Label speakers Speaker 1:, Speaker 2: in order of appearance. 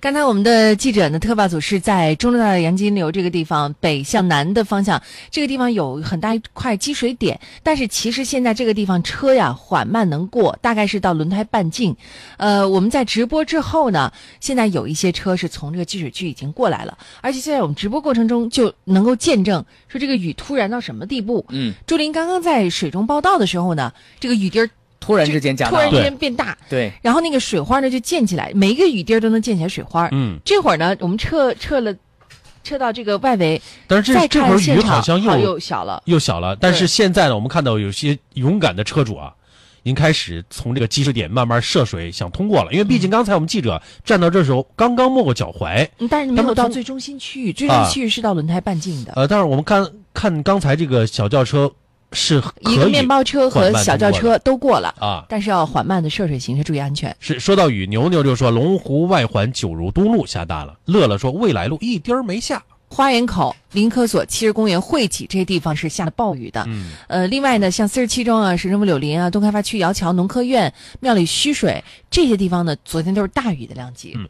Speaker 1: 刚才我们的记者呢，特报组是在中州大的杨金流这个地方北向南的方向，这个地方有很大一块积水点，但是其实现在这个地方车呀缓慢能过，大概是到轮胎半径。呃，我们在直播之后呢，现在有一些车是从这个积水区已经过来了，而且就在我们直播过程中就能够见证说这个雨突然到什么地步。
Speaker 2: 嗯，
Speaker 1: 朱林刚刚在水中报道的时候呢，这个雨滴儿
Speaker 2: 突然之间加
Speaker 1: 突
Speaker 2: 大
Speaker 1: 然之
Speaker 2: 了，
Speaker 1: 间变大，
Speaker 2: 对，
Speaker 1: 然后那个水花呢就溅起来，每一个雨滴儿都能溅起来水花。
Speaker 3: 嗯，
Speaker 1: 这会儿呢，我们撤撤了，撤到这个外围，
Speaker 3: 但是
Speaker 1: 再
Speaker 3: 这这会
Speaker 1: 看
Speaker 3: 儿
Speaker 1: 现
Speaker 3: 雨
Speaker 1: 场
Speaker 3: 好像又
Speaker 1: 又小了。
Speaker 3: 又小了，但
Speaker 1: 对
Speaker 3: 是现在呢，我们看到有些勇敢的车主啊，已经开始从这个积水点慢慢涉水想通过了，因为毕竟刚才我们记者站到这时候刚刚没过脚踝，
Speaker 1: 嗯但是没有
Speaker 3: 咱
Speaker 1: 啊
Speaker 3: 们
Speaker 1: 到
Speaker 3: 从
Speaker 1: 最中心区域，最中心区域是到轮胎半径的。
Speaker 3: 呃，但是我们看看刚才这个小轿车是
Speaker 1: 一个
Speaker 3: 可以
Speaker 1: 面包车和
Speaker 3: 缓慢
Speaker 1: 小轿
Speaker 3: 通过
Speaker 1: 车都过了，
Speaker 3: 啊。
Speaker 1: 但是要缓慢的涉水行车，注意安全。
Speaker 3: 是说到雨，牛牛就说龙湖外环九如东路下大了，乐乐说未来路一滴儿没下，
Speaker 1: 花园口、林科所、七十公园、惠济这些地方是下了暴雨的。
Speaker 3: 嗯，
Speaker 1: 呃，另外呢，像四十七中啊、石城府柳林啊、东开发区姚桥、农科院、庙里须水这些地方呢，昨天都是大雨的量级。
Speaker 3: 嗯